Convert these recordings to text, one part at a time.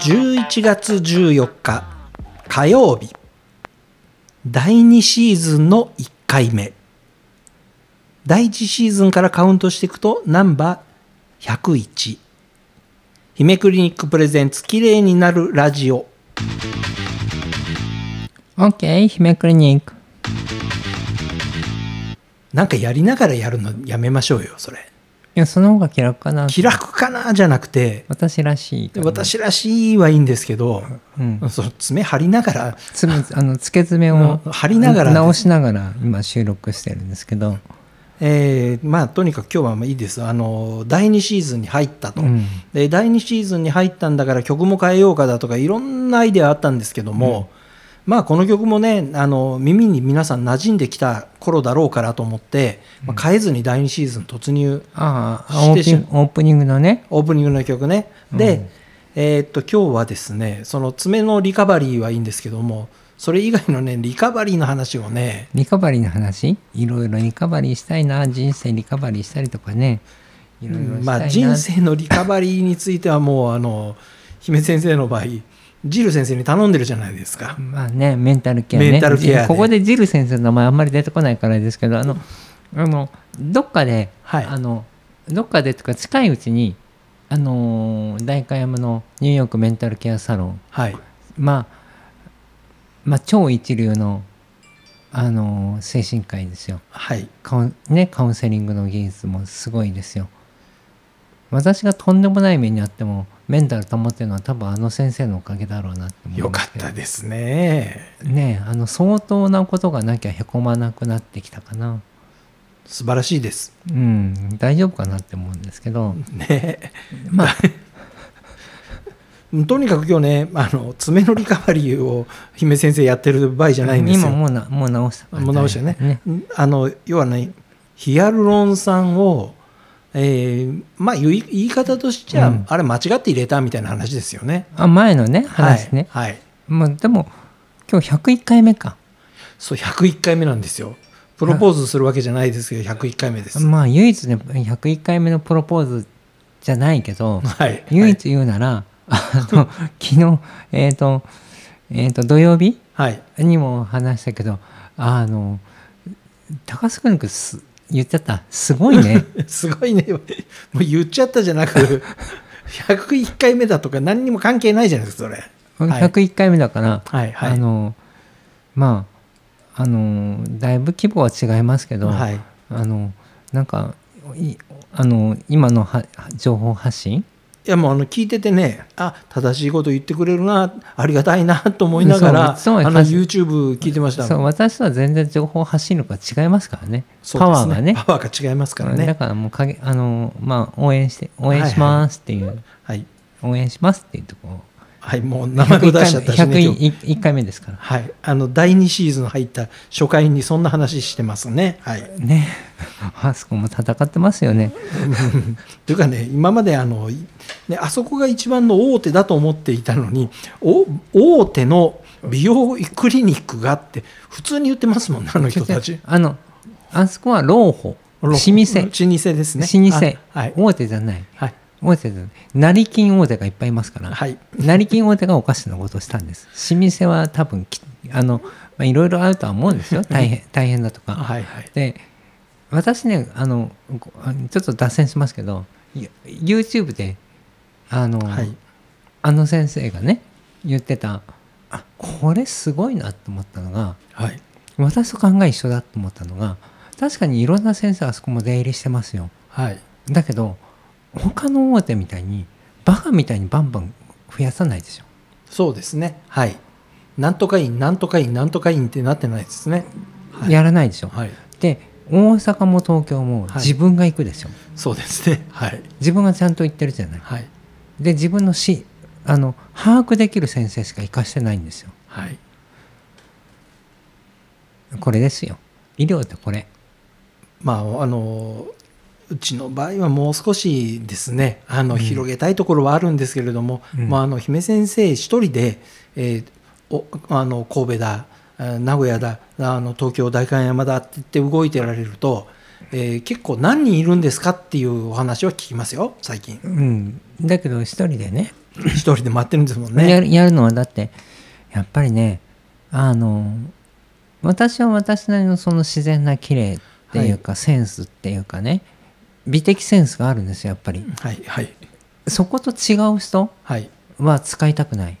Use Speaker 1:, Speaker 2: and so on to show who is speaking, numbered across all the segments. Speaker 1: 11月14日火曜日第2シーズンの1回目第1シーズンからカウントしていくとナンバー101姫クリニックプレゼンツ綺麗になるラジオ
Speaker 2: OK、姫クリニック。
Speaker 1: なんかやりながらやるのやめましょうよそれ
Speaker 2: いや、その方が気楽かな。
Speaker 1: 気楽かなじゃなくて
Speaker 2: 私らしいから。
Speaker 1: 私らしいはいいんですけど、
Speaker 2: うん。
Speaker 1: その爪張りながら
Speaker 2: つむ、あの、付け爪を
Speaker 1: うん貼りながら
Speaker 2: 直しながら今収録してるんですけど。
Speaker 1: えーまあとにかく今日はまあいいですあの第2シーズンに入ったと、
Speaker 2: うん。
Speaker 1: で第2シーズンに入ったんだから曲も変えようかだとかいろんなアイデアあったんですけども、まあこの曲もねあの耳に皆さん馴染んできた頃だろうからと思って、まあ、変えずに第2シーズン突入
Speaker 2: ああ、オ
Speaker 1: し
Speaker 2: ー
Speaker 1: て
Speaker 2: プ
Speaker 1: し
Speaker 2: ニングオープニングのね。
Speaker 1: オープニングの曲ねで、
Speaker 2: うん
Speaker 1: えーっと今日はですねその爪のリカバリーはいいんですけどもそれ以外のねリカバリーの話をね
Speaker 2: リカバリーの話いろいろリカバリーしたいな人生リカバリーしたりとかねいろいろしたいな、
Speaker 1: まあ人生のリカバリーについてはもうあの姫先生の場合ジル先生に頼んでるじゃないですか。
Speaker 2: まあねメンタルケアね
Speaker 1: メンタルケアね
Speaker 2: ここでジル先生の名前あんまり出てこないからですけどあのあのどっかで、
Speaker 1: はい
Speaker 2: あのどっかでとか近いうちにあのー代官山のニューヨークメンタルケアサロン
Speaker 1: はい、
Speaker 2: まあまあ超一流のあのー精神科医ですよ
Speaker 1: はい
Speaker 2: カウンね、カウンセリングの技術もすごいですよ。私がとんでもない目にあってもメンタル保ってるのは多分あの先生のおかげだろうなって思
Speaker 1: よかったですね。
Speaker 2: すねえあの相当なことがなきゃへこまなくなってきたかな
Speaker 1: 素晴らしいです。
Speaker 2: うん大丈夫かなって思うんですけど
Speaker 1: ね、
Speaker 2: まあ
Speaker 1: とにかく今日ねあの爪のリカバリーを姫先生やってる場合じゃないんです
Speaker 2: 今
Speaker 1: よ。
Speaker 2: もうなもう直したから
Speaker 1: もう直したよね
Speaker 2: ね
Speaker 1: あの要はねヒアルロン酸を、えーまあ言い言い方としては、
Speaker 2: うん
Speaker 1: あれ間違って入れたみたいな話ですよね。
Speaker 2: あ前のね話ね、
Speaker 1: はいはい、
Speaker 2: まあ、でも今日101回目か
Speaker 1: そう101回目なんですよ。プロポーズするわけじゃないですけど101回目です。
Speaker 2: まあ唯一ね101回目のプロポーズじゃないけど
Speaker 1: はい、
Speaker 2: 唯一言うなら、あの昨日えっ、とえっ、と土曜日
Speaker 1: はい、 はい
Speaker 2: にも話したけどあの高須君す言っちゃったすごいね
Speaker 1: すごいね。もう言っちゃったじゃなく、101回目だとか何にも関係ないじゃないですか、それ。 はい
Speaker 2: 101回目だから、
Speaker 1: はいはい。
Speaker 2: あのまああのだいぶ規模は違いますけど、
Speaker 1: はい、
Speaker 2: あのなんかいあの今のは情報発信
Speaker 1: いやもうあの聞いててね、あ正しいこと言ってくれるな、ありがたいなと思いながら、
Speaker 2: そうそう
Speaker 1: あの
Speaker 2: そう
Speaker 1: YouTube 聞いてました。
Speaker 2: そう私とは全然情報発信力が違いますからね
Speaker 1: そうです
Speaker 2: パワーがね
Speaker 1: パワーが違いますから
Speaker 2: だ
Speaker 1: ね。
Speaker 2: からもうかげあのまあ応援して応援しますっていう、
Speaker 1: はい、
Speaker 2: 応援しますっていうとこ
Speaker 1: はい、もう名前も出しちゃったしね。今日
Speaker 2: 101回目ですから
Speaker 1: はい、あの第2シーズン入った初回にそんな話してますね。はい、
Speaker 2: ね あそこも戦ってますよね
Speaker 1: というかね今まであの、いね、あそこが一番の大手だと思っていたのにお大手の美容クリニックがあって普通に言ってますもんねあの人たち。
Speaker 2: あのあそこは老舗老舗
Speaker 1: 老舗
Speaker 2: 老舗
Speaker 1: ですね。あはい
Speaker 2: 大手じゃない
Speaker 1: はい
Speaker 2: 大手じゃない成金大手がいっぱいいますから、
Speaker 1: はい
Speaker 2: 成金大手がおかしなことをしたんです老舗は多分きあのまあいろいろあるとは思うんですよ大変大変だとか、
Speaker 1: はいはい
Speaker 2: で私ねあのごあちょっと脱線しますけどゆ YouTube であの,、
Speaker 1: はい
Speaker 2: あの先生がね言ってたあこれすごいなと思ったのが
Speaker 1: はい
Speaker 2: 私と考え一緒だと思ったのが確かにいろんな先生あそこも出入りしてますよ
Speaker 1: はい
Speaker 2: だけど他の大手みたいにバカみたいにバンバン増やさないでしょ
Speaker 1: そうですねはいなんとか院なんとか院なんとか院ってなってないですね。はい
Speaker 2: やらないでしょ、
Speaker 1: はい
Speaker 2: で大阪も東京も
Speaker 1: はい
Speaker 2: 自分が行くでしょ、
Speaker 1: そうですねはい
Speaker 2: 自分がちゃんと行ってるじゃない
Speaker 1: はい
Speaker 2: で自分のしあの把握できる先生しか活かしてないんですよ
Speaker 1: はい
Speaker 2: これですよ医療ってこれ
Speaker 1: まあ、あのうちの場合はもう少しですねあの、広げたいところはあるんですけれども、
Speaker 2: うん
Speaker 1: まあ、あの姫先生一人で、えーおあの神戸だあ名古屋だあの東京代官山だって言って動いてられるとえー結構何人いるんですかっていうお話は聞きますよ最近
Speaker 2: うん、だけど一人でね
Speaker 1: 一人で待ってるんですもん
Speaker 2: や
Speaker 1: ね
Speaker 2: るやるのはだってやっぱりねあの私は私なりのその自然な綺麗っていうか、センスっていうかね美的センスがあるんですよやっぱり
Speaker 1: はいはい
Speaker 2: そこと違う人
Speaker 1: はい、
Speaker 2: は使いたくない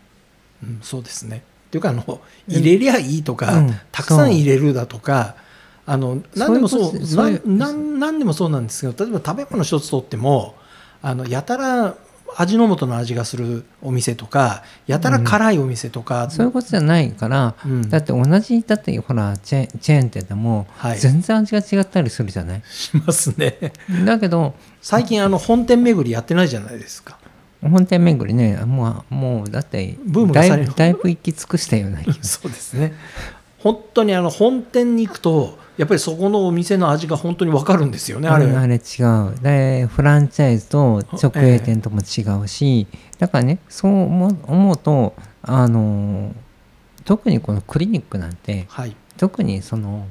Speaker 1: うん、そうですねっていうかあの入れりゃいいとか、
Speaker 2: うん
Speaker 1: たくさん入れるだとかあの何でもそう
Speaker 2: そういうことそうい
Speaker 1: な
Speaker 2: う
Speaker 1: んなん何でもそうなんですけど例えば食べ物一つとってもあのやたら味の素の味がするお店とかやたら辛いお店とか、
Speaker 2: そういうことじゃないから、
Speaker 1: うん
Speaker 2: だって同じだってほらチェチェーン店でも
Speaker 1: はい
Speaker 2: 全然味が違ったりするじゃない、
Speaker 1: しますね
Speaker 2: だけど
Speaker 1: 最近あの本店巡りやってないじゃないです か
Speaker 2: 本店巡りねもうもうだって
Speaker 1: ブームが
Speaker 2: だ
Speaker 1: され
Speaker 2: いぶだいぶ行き尽くしたような気が
Speaker 1: そうですね。本当にあの本店に行くと、やっぱりそこのお店の味が本当にわかるんですよね、あれ。
Speaker 2: うんあれ違うでフランチャイズと直営店とも違うし、だからねそう思う思うとあの特にこのクリニックなんて
Speaker 1: はい。
Speaker 2: 特にその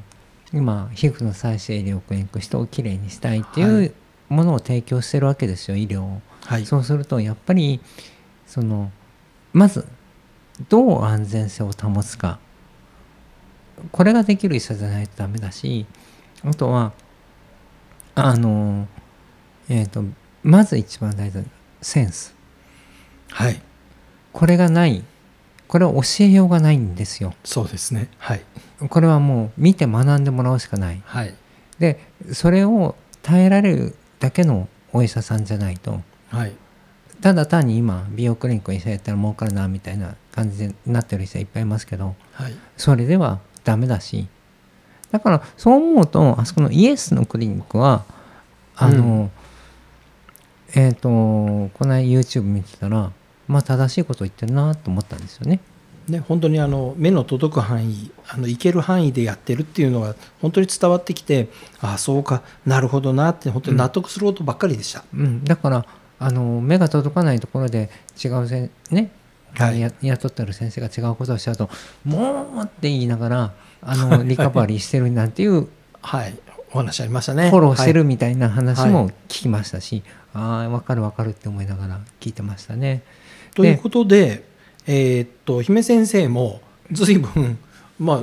Speaker 2: 今皮膚の再生医療クリニック人をきれいにしたいっていう、
Speaker 1: はい
Speaker 2: ものを提供してるわけですよ医療を、
Speaker 1: はい。
Speaker 2: そうするとやっぱりそのまずどう安全性を保つかこれができる医者じゃないとダメだしあとはあのえっ、とまず一番大事なセンス
Speaker 1: はい。
Speaker 2: これがないこれは教えようがないんですよ
Speaker 1: そうですね。はい。
Speaker 2: これはもう見て学んでもらうしかない
Speaker 1: はい。
Speaker 2: でそれを耐えられるだけのお医者さんじゃないと
Speaker 1: はい。
Speaker 2: ただ単に今美容クリニックの医者やったら儲かるなみたいな感じになってる医者いっぱいいますけど
Speaker 1: はい。
Speaker 2: それではダメだしだからそう思うとあそこのイエスのクリニックはあの、えっ、とこの間 YouTube 見てたらまあ正しいこと言ってるなと思ったんですよね。
Speaker 1: ね、本当にあの目の届く範囲あの行ける範囲でやってるっていうのが本当に伝わってきてああそうかなるほどなって本当に納得することばっかりでした、
Speaker 2: うん、だからあの目が届かないところで違うせんね、
Speaker 1: はい
Speaker 2: や雇ってる先生が違うことをしちゃうと「もう!」って言いながらあのリカバリーしてるなんていう
Speaker 1: はいお話ありましたね
Speaker 2: フォローして
Speaker 1: は
Speaker 2: るみたいな話
Speaker 1: は
Speaker 2: も聞きましたし、ああ分かる分かるって思いながら聞いてましたね。
Speaker 1: いということでえーっと姫先生も随分まあ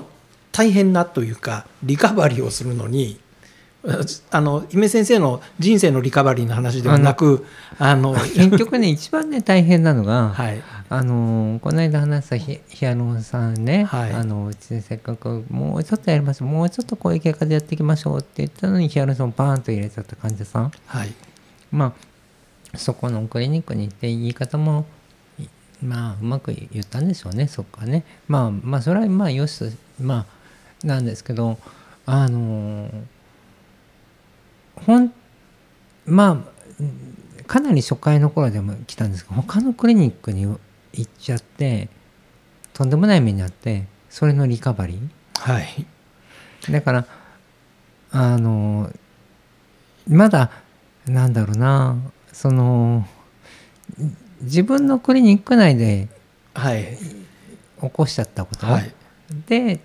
Speaker 1: 大変なというかリカバリーをするのにああの姫先生の人生のリカバリーの話ではなくあの
Speaker 2: 結 局ね一番ね大変なのが、
Speaker 1: はい
Speaker 2: あのーこの間話したヒヒアルロン酸ね、
Speaker 1: はい
Speaker 2: あのうちでせっかくもうちょっとやりましょうもうちょっとこういう結果でやっていきましょうって言ったのにヒアルロン酸をバーンと入れちゃった患者さん
Speaker 1: はい
Speaker 2: まあそこのクリニックに行って言い方もいまあうまく言ったんでしょうねそっかねまあまあそれはまあよしとまあなんですけどあのーほんまあうんかなり初回の頃でも来たんですけど他のクリニックに行っちゃってとんでもない目にあってそれのリカバリ
Speaker 1: はい
Speaker 2: ーだからあのーまだなんだろうなその自分のクリニック内で
Speaker 1: はい
Speaker 2: 起こしちゃったこと、
Speaker 1: はい
Speaker 2: で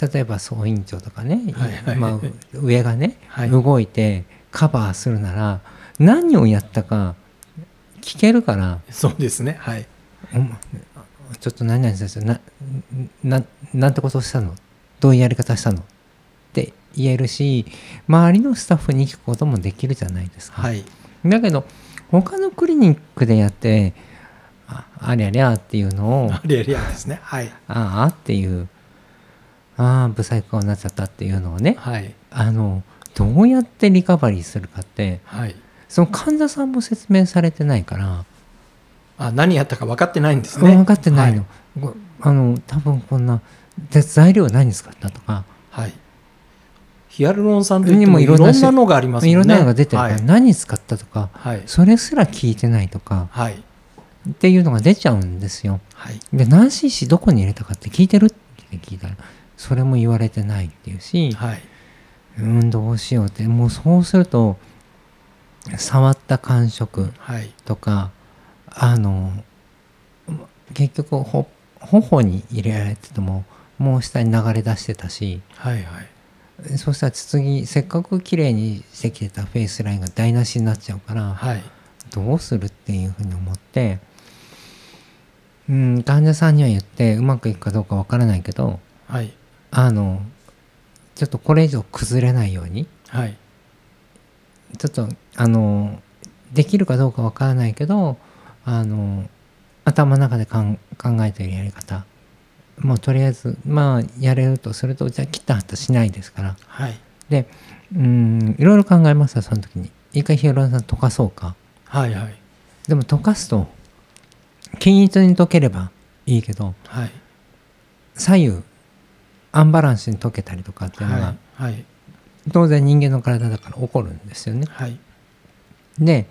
Speaker 2: 例えば総院長とかね、
Speaker 1: はいはい
Speaker 2: まあ、上がね、
Speaker 1: はい
Speaker 2: 動いてカバーするなら何をやったか聞けるから
Speaker 1: そうですねはい
Speaker 2: 「お前ちょっと何々ですよなななんてことをしたのどういうやり方したの?」って言えるし周りのスタッフに聞くこともできるじゃないですか。
Speaker 1: はい
Speaker 2: だけど他のクリニックでやってあありゃりゃっていうのを
Speaker 1: あれやりやですねはい
Speaker 2: ああっていうああブサイク顔になっちゃったっていうのをね
Speaker 1: はい
Speaker 2: あのどうやってリカバリーするかって
Speaker 1: はい
Speaker 2: その患者さんも説明されてないから、
Speaker 1: あ何やったか分かってないんですね
Speaker 2: 分かってないの,ご、あの多分こんなで材料何使ったとか
Speaker 1: はい、はいヒアルロン酸といっても
Speaker 2: に
Speaker 1: い
Speaker 2: も
Speaker 1: ろん
Speaker 2: いろんな
Speaker 1: なのがありますもんね
Speaker 2: いろんなのが出てるか
Speaker 1: は
Speaker 2: ら
Speaker 1: い
Speaker 2: 何使ったとか、
Speaker 1: はい
Speaker 2: それすら聞いてないとか
Speaker 1: はい
Speaker 2: っていうのが出ちゃうんですよ。
Speaker 1: はい
Speaker 2: で何 cc どこに入れたかって聞いてるって聞いたらそれも言われてないっていうし、
Speaker 1: はい
Speaker 2: うんどうしようってもうそうすると触った感触
Speaker 1: はい
Speaker 2: とかあの結局ほ頬に入れられててももう下に流れ出してたし
Speaker 1: はいはい
Speaker 2: そしたら次せっかく綺麗にしてきてたフェイスラインが台無しになっちゃうから、
Speaker 1: はい
Speaker 2: どうするっていうふうに思って、うん、患者さんには言ってうまくいくかどうかわからないけど
Speaker 1: はい
Speaker 2: あのちょっとこれ以上崩れないように
Speaker 1: はい
Speaker 2: ちょっとあのできるかどうかわからないけどあの頭の中でかん考えてるやり方もうとりあえずまあやれるとするとじゃあ切った後しないですから
Speaker 1: はい
Speaker 2: でうんいろいろ考えましたその時に一回ヒロさん溶かそうか
Speaker 1: はいはい
Speaker 2: でも溶かすと均一に溶ければいいけど
Speaker 1: はい
Speaker 2: 左右アンバランスに溶けたりとかっていうの
Speaker 1: は
Speaker 2: が
Speaker 1: いはい
Speaker 2: 当然人間の体だから起こるんですよね。
Speaker 1: はい
Speaker 2: で、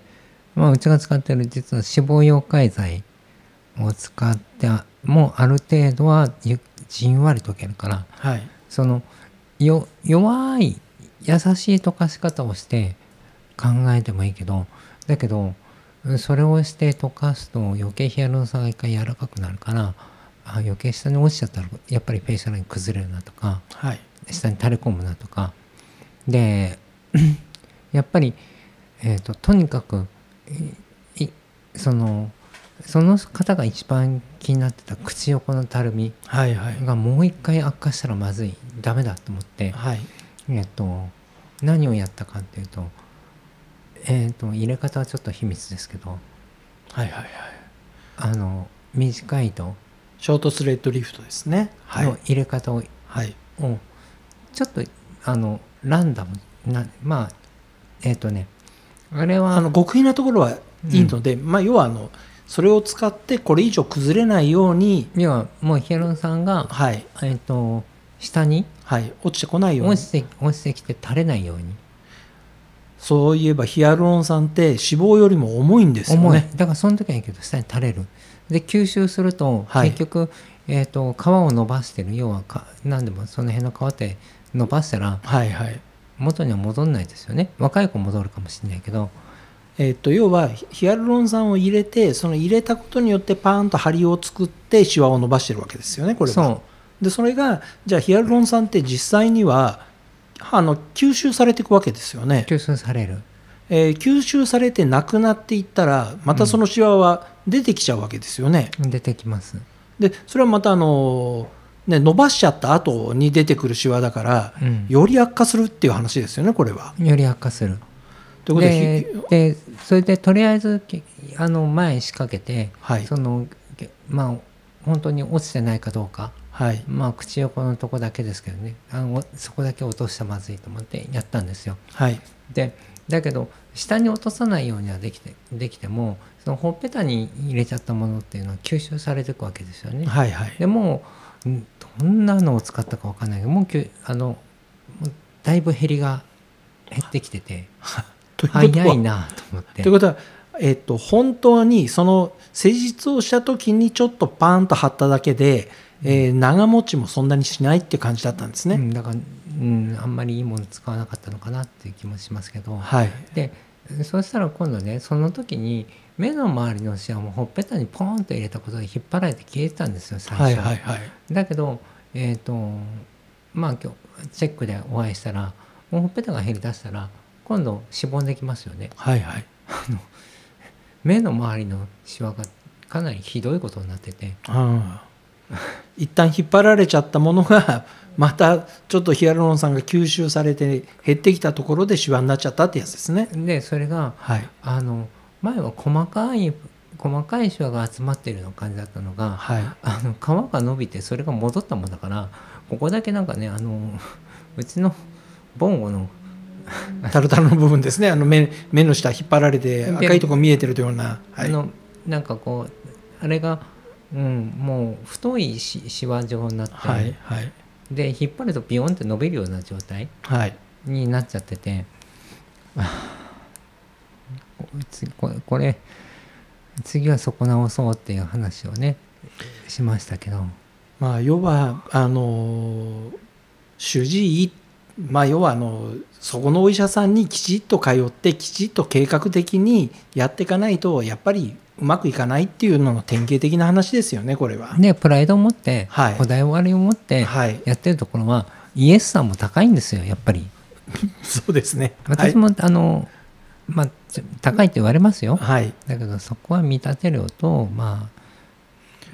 Speaker 2: まあ、うちが使ってる実は脂肪溶解剤を使ってもうある程度はゆじんわり溶けるから
Speaker 1: はい
Speaker 2: そのよ弱い優しい溶かし方をして考えてもいいけどだけどうんそれをして溶かすと余計ヒアルロン酸が一回柔らかくなるからあ余計下に落ちちゃったらやっぱりフェイスライン崩れるなとか
Speaker 1: はい
Speaker 2: 下に垂れ込むなとかで やっぱり、えー、ととにかくいいそのその方が一番気になってた口横のたるみ
Speaker 1: はいはい
Speaker 2: がもう一回悪化したらまずいダメだと思って、
Speaker 1: はい
Speaker 2: えー、と何をやったかっていうと,、えー、と入れ方はちょっと秘密ですけど
Speaker 1: はいはい
Speaker 2: あの短い糸
Speaker 1: ショートスレッドリフトですねはい
Speaker 2: の入れ方を、
Speaker 1: はい
Speaker 2: をちょっとあのランダムなまあえっ、とねあれは
Speaker 1: あの極秘なところはいいので、まあ要はあのそれを使ってこれ以上崩れないように
Speaker 2: 要はもうヒアルロン酸が、
Speaker 1: はい
Speaker 2: えっと下に
Speaker 1: はい落ちてこないように
Speaker 2: 落ちて落ちてきて垂れないように
Speaker 1: そういえばヒアルロン酸って脂肪よりも重いんですよ
Speaker 2: 重い
Speaker 1: ね
Speaker 2: だからその時はいいけど下に垂れるで吸収すると
Speaker 1: はい
Speaker 2: 結局、えっと皮を伸ばしてる要はか何でもその辺の皮って伸ばしたら
Speaker 1: はいはい
Speaker 2: 元には戻んないですよね若い子戻るかもしれないけど
Speaker 1: えっと要はヒアルロン酸を入れてその入れたことによってパーンと張りを作ってシワを伸ばしてるわけですよねこれは
Speaker 2: そう
Speaker 1: でそれがじゃあヒアルロン酸って実際にはあの吸収されていくわけですよね、
Speaker 2: 吸収される
Speaker 1: えー吸収されてなくなっていったらまたそのシワは出てきちゃうわけですよね、
Speaker 2: 出てきます
Speaker 1: でそれはまたあのーね伸ばしちゃった後に出てくるシワだから、
Speaker 2: うん
Speaker 1: より悪化するっていう話ですよねこれは。
Speaker 2: より悪化する
Speaker 1: ということで
Speaker 2: ででそれでとりあえずきあの前に仕掛けて、
Speaker 1: はい
Speaker 2: そのけまあ本当に落ちてないかどうか
Speaker 1: はい
Speaker 2: まあ口横のとこだけですけどねあのそこだけ落としたらまずいと思ってやったんですよ
Speaker 1: はい
Speaker 2: でだけど下に落とさないようにはできてできてもそのほっぺたに入れちゃったものっていうのは吸収されていくわけですよね、
Speaker 1: はいはい
Speaker 2: でもうんどんなのを使ったかわかんないけどもうきゅあのもうだいぶ減りが減ってきてて
Speaker 1: ということ
Speaker 2: 早
Speaker 1: はい
Speaker 2: なと思って
Speaker 1: ということは、えっと本当にその施術をした時にちょっとパーンと張っただけで、えー長持ちもそんなにしないって感じだったんですね。
Speaker 2: うん、だから、うん、あんまりいいもの使わなかったのかなっていう気もしますけど、
Speaker 1: はい
Speaker 2: でそうしたら今度ねその時に目の周りのシワもほっぺたにポーンと入れたことで引っ張られて消えてたんですよ最初、
Speaker 1: はいはいはい
Speaker 2: だけどえっ、とまあ今日チェックでお会いしたらもうほっぺたが減りだしたら今度しぼんできますよね
Speaker 1: はいはい
Speaker 2: 目の周りのシワがかなりひどいことになってて
Speaker 1: あー一旦引っ張られちゃったものが またちょっとヒアルロン酸が吸収されて減ってきたところでシワになっちゃったってやつですね。
Speaker 2: でそれが
Speaker 1: はい
Speaker 2: あの前は細かい細かいシワが集まってるような感じだったのが
Speaker 1: はい
Speaker 2: あの皮が伸びてそれが戻ったもんだからここだけなんかねあのうちのボンゴの
Speaker 1: タルタルの部分ですねあの目目の下引っ張られて赤いとこ見えてるような、は
Speaker 2: あ
Speaker 1: い、
Speaker 2: の、なんかこうあれが、うん、もう太いししわ状になって、
Speaker 1: はいはい
Speaker 2: で引っ張るとビヨンって伸びるような状態
Speaker 1: はい
Speaker 2: になっちゃってて あーこつこれこれ次はそこ直そうっていう話をねしましたけど
Speaker 1: まあ要はあの主治医まあ要はあのそこのお医者さんにきちっと通ってきちっと計画的にやっていかないとやっぱりうまくいかないっていうのの典型的な話ですよねこれは。
Speaker 2: でプライドを持って、
Speaker 1: はい
Speaker 2: こだわりを持って
Speaker 1: はい
Speaker 2: やってるところはイエスさんも高いんですよやっぱり
Speaker 1: そうですね。
Speaker 2: 私も、あのまあちょ高いって言われますよ
Speaker 1: はい。
Speaker 2: だけどそこは見立て量とまあ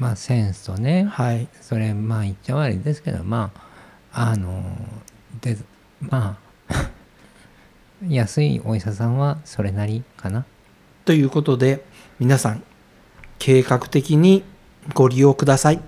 Speaker 2: まあセンスとね、
Speaker 1: はい。
Speaker 2: それまあ言っちゃ悪いですけどまああのでまあ 安いお医者さんはそれなりかな
Speaker 1: ということで、皆さん、計画的にご利用ください。